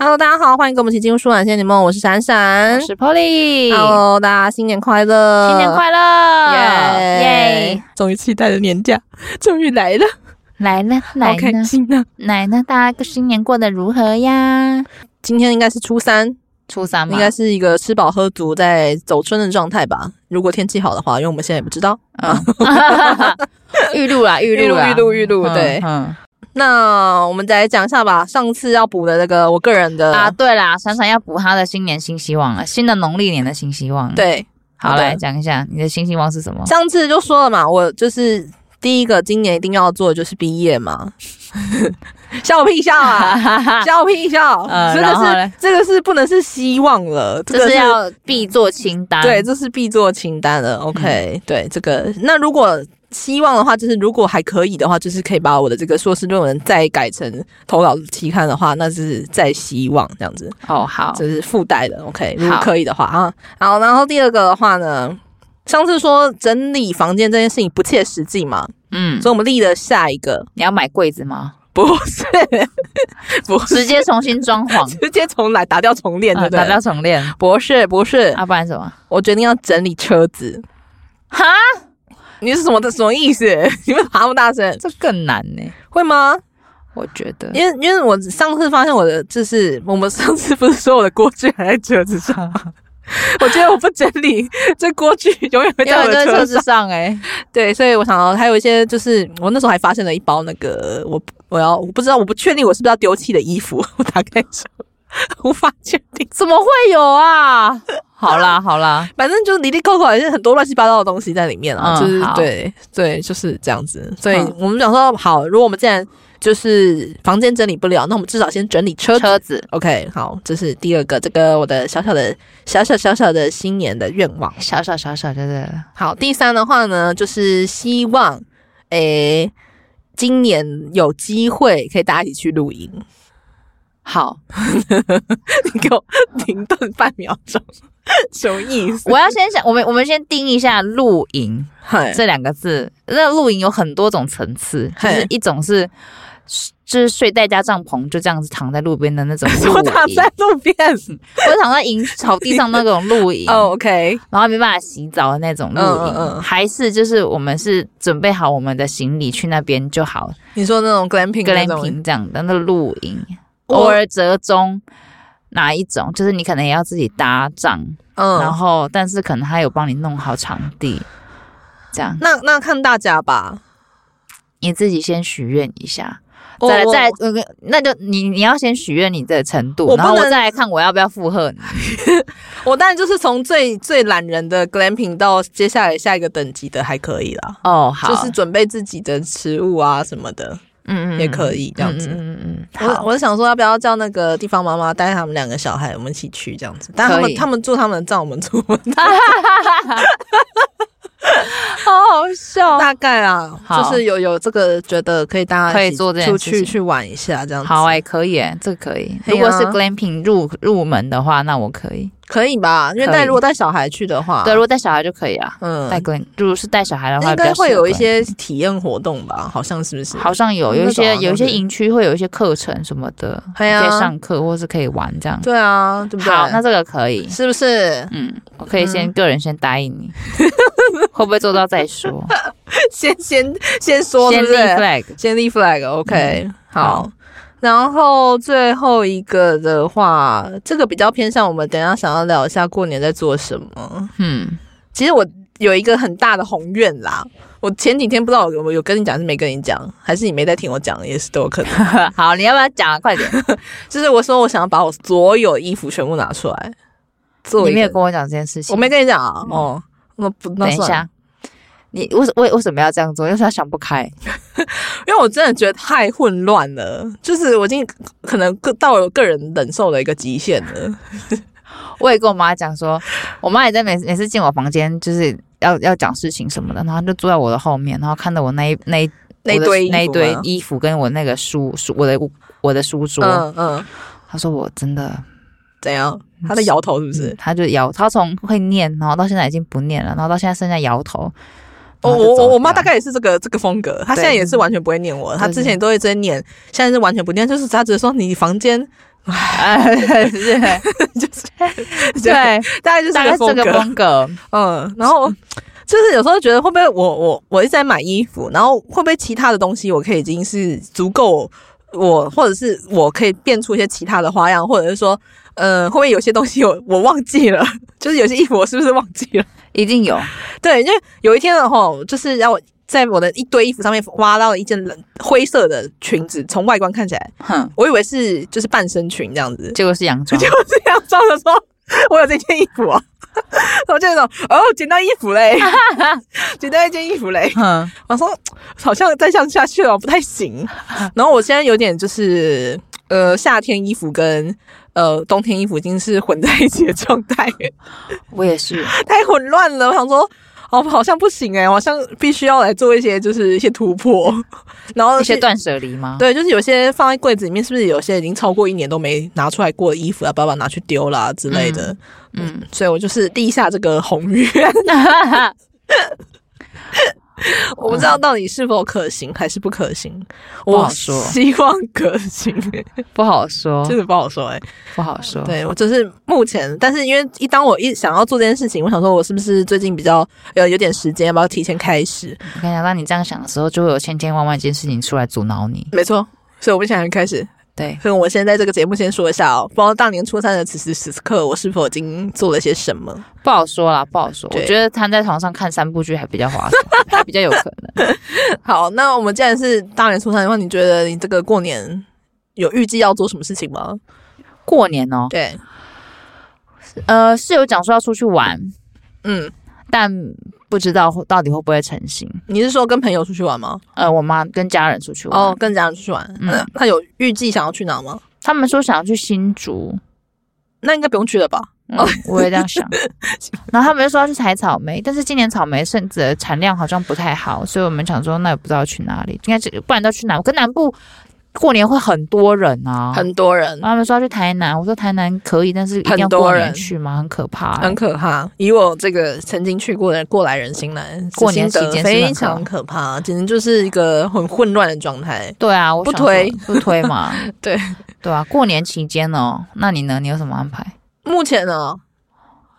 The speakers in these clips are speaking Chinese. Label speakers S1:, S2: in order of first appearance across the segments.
S1: Hello，大家好，欢迎跟我们一起进入舒展线节目，我是闪闪
S2: 我。是 Polly，
S1: Hello，大家新年快乐！
S2: 新年快乐，
S1: 耶！
S2: 耶！
S1: 终于期待的年假 终于来了，
S2: 来呢，
S1: 好
S2: 来
S1: 开
S2: 呢，
S1: 心啊！
S2: 来呢，大家新年过得如何呀？
S1: 今天应该是初三，
S2: 初三嘛，
S1: 应 该是一个吃饱喝足在走春的状态吧。如果天气好的话，因为我们现在也不知道。
S2: 嗯预录啦，预录啦，
S1: 预录预录
S2: 嗯
S1: 对
S2: 嗯
S1: 那我们再来讲一下吧，上次要补的那个我个人的
S2: 啊，对啦，闪闪要补他的新年新希望了，新的农历年的新希望。，
S1: 对，
S2: 好
S1: 好的
S2: 来讲一下你的新希望是什么？
S1: 上次就说了嘛，我就是第一个今年一定要做的就是毕业嘛， 笑屁笑啊！ 笑屁笑，
S2: 呃
S1: 这
S2: 然后
S1: 个
S2: 嘞
S1: 是这个是不能是希望了，这
S2: 就
S1: 个
S2: 是要嗯必做清单。
S1: 对，，这是必做清单了。OK，、对
S2: 嗯
S1: 这个，那如果希望的话，就是如果还可以的话，就是可以把我的这个硕士论文再改成投稿期刊的话，那是再希望这样子，
S2: 哦，好，
S1: 这是附带的。OK，
S2: 好
S1: 如果可以的话啊，好，然后第二个的话呢，上次说整理房间这件事情不切实际嘛，
S2: 嗯，
S1: 所以我们立了下一个，
S2: 你要买柜子吗？
S1: 不是，不是，
S2: 直接重新装 潢，
S1: 直接重来，打掉重练，对
S2: 啊
S1: 不对？
S2: 打掉重练，
S1: 不是不是，
S2: 啊，不然什么？
S1: 我决定要整理车子。
S2: 哈，
S1: 你是什么的什么意思？ 你们喊那么大声，
S2: 这更难呢、
S1: 会吗？
S2: 我觉得。
S1: 因为因为我上次发现我的就是我们上次不是说我的锅具还在车子上， 我觉得我不整理， 这锅具永 远会
S2: 因
S1: 在
S2: 为
S1: 我的
S2: 在
S1: 车
S2: 车
S1: 上
S2: 子。上哎、
S1: 对，所以我想到还有一些就是我那时候还发现了一包那个我我要我不知道我不确定我是不是要丢弃的衣服，我打开手无法确定。
S2: 怎么会有啊？好啦好啦，
S1: 反正就是里里扣扣也是很多乱七八糟的东西在里面啊，
S2: 嗯
S1: 就是
S2: 好
S1: 对对，就是这样子。所以
S2: 嗯
S1: 我们想说，好，如果我们既然就是房间整理不了，那我们至少先整理车子。
S2: 车子
S1: OK，好，这是第二个，这个我的小小的、小小小小的新年的愿望。
S2: 小小小小的，
S1: 好，第三的话呢，就是希望，诶、今年有机会可以大家一起去露营。
S2: 好，
S1: 你给我停顿半秒钟，什么意思？
S2: 我要先想，我们我们先定一下露营
S1: 嗨
S2: 这两个字。那露营有很多种层次，就
S1: 嘿
S2: 是一种是就是睡袋加帐篷，就这样子躺在路边的那种露
S1: 我
S2: 营，
S1: 躺在路边。
S2: 或者躺在营草地上那种露营。
S1: 哦、o k
S2: 然后没办法洗澡的那种露
S1: 嗯
S2: 营，
S1: 嗯嗯
S2: 还是就是我们是准备好我们的行李去那边就好
S1: 你说那种 glamping 那种
S2: ，glamping 这样的那露营，
S1: 我
S2: 偶尔折中哪一种，就是你可能也要自己搭帐，然
S1: 嗯，
S2: 后但是可能他有帮你弄好场地，这样
S1: 那那看大家吧。
S2: 你自己先许愿一下。
S1: 我
S2: 再来
S1: 我
S2: 再来，呃那就你你要先许愿你的程
S1: 我
S2: 度，
S1: 不
S2: 然后我
S1: 能
S2: 再来看我要不要附和你。
S1: 我当然就是从最最懒人的 glamping 到接下来下一个等级的还可以啦，
S2: 哦，好，
S1: 就是准备自己的食物啊什么的
S2: 嗯嗯
S1: 也可
S2: 以
S1: 以这样子。
S2: 嗯嗯嗯嗯，
S1: 我
S2: 好，
S1: 我想说，要不要叫那个地方妈妈带他们两个小孩，我们一起去这样子？但他
S2: 可
S1: 们
S2: 以
S1: 他们住他们的帐，我们住我们的
S2: 好好笑
S1: 大概啦，
S2: 好
S1: 就是有有这个觉得可以大家
S2: 可以
S1: 一起
S2: 做这件
S1: 出
S2: 事
S1: 去
S2: 情
S1: 去玩一下这样子，
S2: 好哎、可以哎、这个可以。
S1: 嘿啊
S2: 如果是 glamping 入入门的话，那我可以。
S1: 可以吧？因为
S2: 可
S1: 带
S2: 以
S1: 如果带小孩去的话，
S2: 对，如果带小孩就可以啊。
S1: 嗯
S2: 带 glam，如果是带小孩的话，
S1: 应该
S2: 比较适合
S1: 会有一些体验活动吧？好像是不是？
S2: 好像有有一
S1: 那
S2: 些
S1: 种啊
S2: 有一
S1: 对
S2: 些
S1: 不对
S2: 营区会有一些课程什么的，
S1: 嘿啊
S2: 可以上课或是可以玩这样。
S1: 对啊，对不对？
S2: 好，那这个可以。
S1: 是不是
S2: 嗯，我可以先、个人先答应你，会不会做到再说？
S1: 先先先说
S2: 先
S1: 是
S2: 立
S1: 不是
S2: flag。
S1: 先立 flag，OK，、好
S2: 嗯好。
S1: 然后最后一个的话，这个比较偏向我们等一下想要聊一下过年在做什么。
S2: 嗯，
S1: 其实我有一个很大的宏愿啦，我前几天不知道有没有跟你讲，是没跟你讲，还是你没在听我讲，也是都有 可能。
S2: 好，你要不要讲啊？快点！
S1: 就是我说我想要把我所有衣服全部拿出来做
S2: 你
S1: 一
S2: 没有
S1: 个，
S2: 跟我讲这件事情。
S1: 我没跟你讲啊，哦，那不那
S2: 等一
S1: 算了
S2: 下，你为什为为什么要这样做？因为他想不开。
S1: 因为我真的觉得太混乱了，就是我已经可能个到我个人忍受的一个极限了。
S2: 我也跟我妈 讲说，我妈也在每每次进我房间，就是要要讲事情什么的，然后她就坐在我的后面，然后看到我那一那一
S1: 那一
S2: 我的
S1: 堆衣服
S2: 那一堆
S1: 吗
S2: 衣服跟我那个书书我的我的书桌，
S1: 嗯嗯，
S2: 她说我真的，
S1: 怎样？
S2: 嗯
S1: 他在摇头是不是？
S2: 她就摇，她从会念，然后到现在已经不念了，然后到现在剩下摇头。
S1: 哦我
S2: 然后就
S1: 我
S2: 走
S1: 我我妈
S2: 掉
S1: 大概也是这个这个风格，她现在也是完全不会念我，她
S2: 对
S1: 之前都会直接念，现在是完全不念，就是她只是说你房间。
S2: 哎， 是，对，
S1: 大概就是
S2: 大概是这个风格，
S1: 嗯，然 后就是有时候觉得会不会我我我一直在买衣服，然后会不会其他的东西我可以已经是足够我，或者是我可以变出一些其他的花样，或者是说，呃，会不会有些东西我我忘记了， 就是有些衣服我是不是忘记了？
S2: 一定有，
S1: 对，因为有一天的话，就是让我在我的一堆衣服上面挖到了一件冷灰色的裙子，从外观看起来，
S2: 哼，
S1: 我以为是就是半身裙这样 子，
S2: 结果是洋装
S1: 结，果这样装的时候，我有这件衣服哦， 我就那种哦，捡到衣服嘞， 捡到一件衣服嘞。
S2: 哼，
S1: 我说好像再这样下去了不太 行，然后我现在有点就是呃，夏天衣服跟呃冬天衣服已经是混在一起的状态，
S2: 我 也是，
S1: 太混乱了。我想说。哦，好像不行哎、好像必须要来做一些，就是一些突破， 然后
S2: 一些
S1: 是
S2: 断舍离吗？
S1: 对，就是有些放在柜子里面，是不是有些已经超过一年都没拿出来过的衣服啊？爸爸拿去丢啦、之类的。嗯，所以我就是立下这个宏 愿，我不知道到底是否可行还是不可行。
S2: 不好
S1: 我
S2: 说哦
S1: 希望可行，欸
S2: 不好说，
S1: 真的不好说哎、
S2: 不好说，
S1: 对我就是目前，但是因为一当我一想要做这件事情，我想说我是不是最近比较呃有点时间，要不要提前开始？
S2: 我跟你讲，当你这样想的时候，就会有千千万万件事情出来阻挠你。
S1: 没错，所以我不想开始。
S2: 对，
S1: 所以我先在这个节目先说一下哦，不知道大年初三的此时此刻，我是否已经做了些什么？
S2: 不好说啦，不好说。
S1: 对
S2: 我觉得瘫在床上看三部剧还比较划算，还比较有可 能。
S1: 好，那我们既然是大年初三的话，你觉得你这个过年有预计要做什么事情吗？
S2: 过年哦，
S1: 对，
S2: 呃，是有讲说要出去玩，
S1: 嗯，
S2: 但不知道到底会不会成型。
S1: 你是说跟朋友出去玩吗？
S2: 呃，我妈跟家人出去玩，
S1: 哦，跟家人出去玩。
S2: 嗯
S1: 嗯，他有预计想要去哪吗？
S2: 他们说想要去新竹，
S1: 那应该不用去了吧？
S2: 嗯、我也这 样想。然后他们就说要去采草莓，但是今年草莓甚至的产量好像不太好，所以我们想说那也不知道去哪里，应该是不然都去哪？我跟南部过年会很多人啊，
S1: 很多人，
S2: 他们说要去台南，我说台南可以，但是一定要
S1: 很多
S2: 过年
S1: 人
S2: 去吗？很可怕、
S1: 很可怕。以我这个曾经去过的过来人心来，
S2: 过年
S1: 心得
S2: 期间是很
S1: 非
S2: 可怕
S1: 常可怕，简直就是一个很混乱的状态。
S2: 对啊，我
S1: 不
S2: 想说
S1: 推
S2: 不推嘛，
S1: 对
S2: 对啊。过年期间哦，那你呢？你有什么安排？
S1: 目前呢，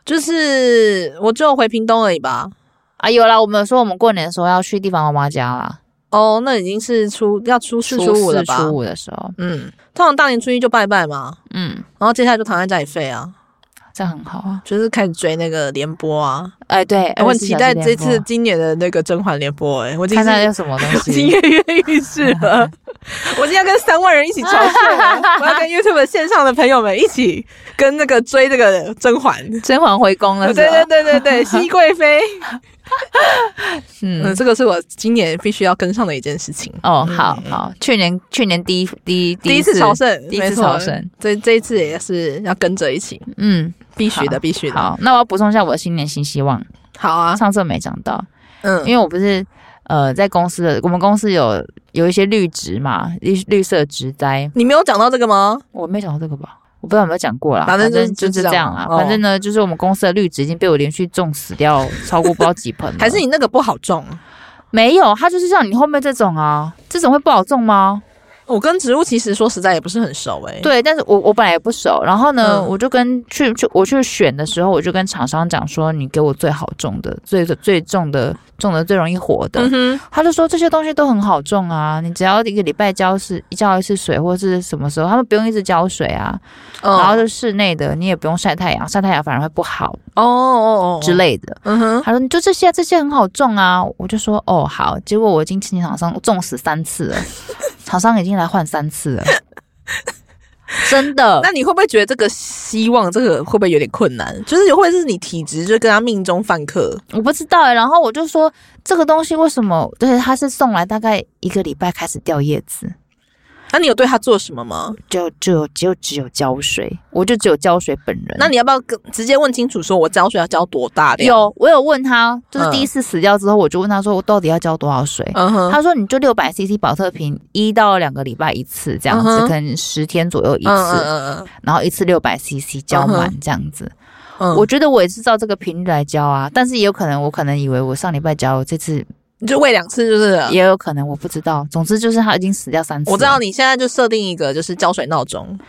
S1: 就是我只有回屏东而已吧。
S2: 啊，有啦，我们有说我们过年的时候要去地方妈妈家啦，
S1: 哦，那已经是初要初四初
S2: 初
S1: 五了
S2: 四
S1: 吧？
S2: 初五的时候，
S1: 嗯，通常大年初一就拜拜嘛，
S2: 嗯，
S1: 然后接下来就躺在家里废啊，
S2: 这样很好啊。
S1: 就是开始追那个联播啊。
S2: 哎，对，
S1: 哎我很
S2: 24
S1: 期待
S2: 小
S1: 这
S2: 时联播
S1: 次今年的那个甄嬛联播、哎，我今
S2: 看看
S1: 天
S2: 有什么东
S1: 已经
S2: 西。
S1: 跃跃欲试了。 我今天要跟三万人一起朝圣了， 我要跟 YouTube 线上的朋友们一起跟那个追这个甄嬛。
S2: 甄嬛回宫了，
S1: 对
S2: 是吧
S1: 对对对 对，熹贵妃，嗯，
S2: 嗯，
S1: 这个是我今年必须要跟上的一件事情。
S2: 哦，好好，去年去年第一第一
S1: 第一次朝圣，
S2: 第一次
S1: 没错
S2: 朝圣，
S1: 这这一次也是要跟着一起，
S2: 嗯，
S1: 必须的，
S2: 好
S1: 必须的。
S2: 好，那我要补充一下我的新年新希望，
S1: 好啊，
S2: 上次没讲到，
S1: 嗯，
S2: 因为我不是呃在公司的，我们公司有有一些绿植嘛，绿绿色植栽，
S1: 你没有讲到这个吗？
S2: 我没讲到这个吧。我不知道有没有讲过啦，
S1: 反正
S2: 反
S1: 就是
S2: 就是这样啦。
S1: 就这样哦
S2: 反正呢，就是我们公司的绿植已经被我连续种死掉超过不知道几盆 了。
S1: 还是你那个不好种？
S2: 没有？它就是像你后面这种啊，这种会不好种吗？
S1: 我跟植物其实说实在也不是很熟诶、欸。，
S2: 对，但是我我本来也不熟，然后呢，
S1: 嗯
S2: 我就跟去去我去选的时候，我就跟厂商讲说，你给我最好种的、最最种的、种的最容易活的。
S1: 嗯哼，
S2: 他就说这些东西都很好种啊，你只要一个礼拜浇是浇一次水，或是什么时候，他们不用一直浇水啊。
S1: 嗯
S2: 然后就室内的，你也不用晒太阳，晒太阳反而会不好
S1: 哦哦哦
S2: 之，类的。
S1: 嗯哼，
S2: 他说你就这些啊，这些很好种啊。我就说哦好，结果我已经请厂商种死三次了，厂商已经来换三次了，真的。
S1: 那你会不会觉得这个希望这个会不会有点困难？就是会不会是你体质就跟他命中犯克？
S2: 我不知道哎、然后我就说这个东西为什么？对，他是送来大概一个礼拜开始掉叶子，
S1: 那你有对他做什么吗？
S2: 就就就只有浇水，我就只有浇水本人。
S1: 那你要不要跟直接问清楚，说我浇水要浇多大量？，
S2: 有我有问他，就是
S1: 嗯
S2: 第一次死掉之后，我就问他说我到底要浇多少水？
S1: 嗯哼，
S2: 他说你就六百 CC 保特瓶，一到两个礼拜一次这样子，
S1: 嗯哼
S2: 可能十天左右一次，
S1: 嗯嗯嗯
S2: 然后一次六百 CC 浇
S1: 嗯
S2: 满这样子。
S1: 嗯，
S2: 我觉得我也是照这个频率来浇啊，但是也有可能我可能以为我上礼拜浇，我这次
S1: 你就喂两次就是了。
S2: 也有可能我不知道。总之就是他已经死掉三次了，
S1: 我知道你现在就设定一个就是浇水闹钟，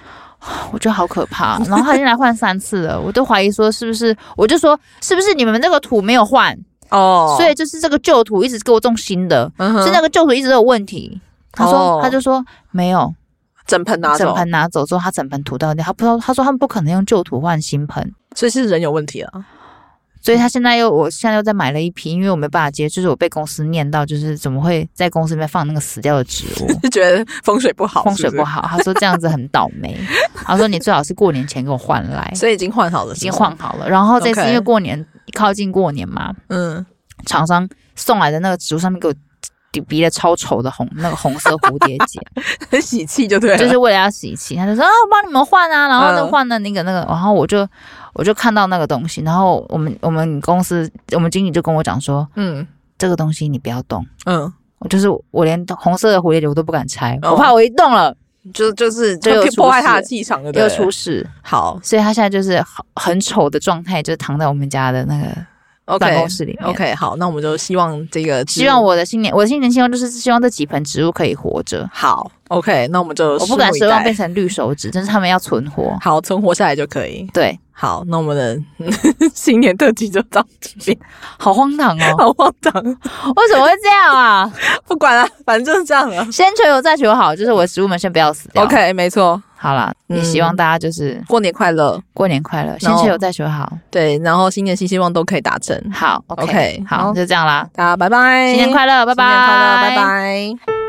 S2: 我觉得好 可怕。然后他已经来换三次了，我都怀疑说是不是，我就说是不是你们那个土没有换，
S1: 哦，
S2: 所以就是这个旧土一直给我种新的，
S1: 嗯哼
S2: 是那个旧土一直都有问题。他说，
S1: 哦
S2: 他就说没有，
S1: 整盆拿
S2: 整
S1: 走，
S2: 盆拿走之后，他整盆土掉掉，他不知道，他说他们不可能用旧土换新盆，
S1: 所以是人有问题啊了。
S2: 所以他现在又，我现在又再买了一批，因为我没办法接，就是我被公司念到，就是怎么会在公司里面放那个死掉的植物，
S1: 就觉得风水不 好，
S2: 风水
S1: 是不
S2: 不
S1: 是，
S2: 好。他说这样子很倒霉，他说你最好是过年前给我换来，
S1: 所以已经换好了，
S2: 已
S1: 是
S2: 经
S1: 不是
S2: 换，好了。然后这次
S1: OK
S2: 因为过年靠近过年嘛，
S1: 嗯，
S2: 厂商送来的那个植物上面给我。比了超丑的红那个红色蝴蝶结，
S1: 很喜气就对了，啊嗯
S2: 就是为了要洗气，他就说啊，我帮你们换啊，然后就换了那个那个，然后我就我就看到那个东西，然后我们我们公司我们经理就跟我讲说，
S1: 嗯
S2: 这个东西你不要动，
S1: 嗯，
S2: 我就是我连红色的蝴蝶结我都不敢拆，
S1: 哦
S2: 我怕我一动了
S1: 就就是
S2: 就有
S1: 就
S2: 出
S1: 破坏
S2: 事
S1: 他的气场，就对
S2: 又
S1: 了
S2: 出事，
S1: 好
S2: 所以他现在就是很很丑的状态，就是躺在我们家的那个办
S1: ，OK
S2: 公室里面。
S1: OK，好，那我们就希望这个植物
S2: 希望我的新年，我的新年希望就是希望这几盆植物可以活着，
S1: 好 OK，那我们就
S2: 我不
S1: 拭
S2: 敢
S1: 目以
S2: 奢望
S1: 待
S2: 变成绿手指，但是他们要存活。
S1: 好存活下来就可以。
S2: 对，
S1: 好，那我们的 嗯新年特辑就到这边，
S2: 好荒唐哦！
S1: 好荒唐，啊
S2: 为什么会这样啊？
S1: 不管了，反正就是这样了。
S2: 先求有再求好，就是我的植物们先不要死掉。
S1: OK，没错，
S2: 好了，也
S1: 嗯
S2: 希望大家就是
S1: 过年快乐。
S2: 过年快乐，先
S1: 然后
S2: 求有再求好。
S1: 对，然后新年新希望都可以达成。
S2: 好，OK，
S1: OK，
S2: 好，
S1: 好
S2: 就这样啦，
S1: 大家拜拜，
S2: 新年快乐，拜
S1: 拜
S2: 拜，
S1: 拜，新年快乐，拜。拜。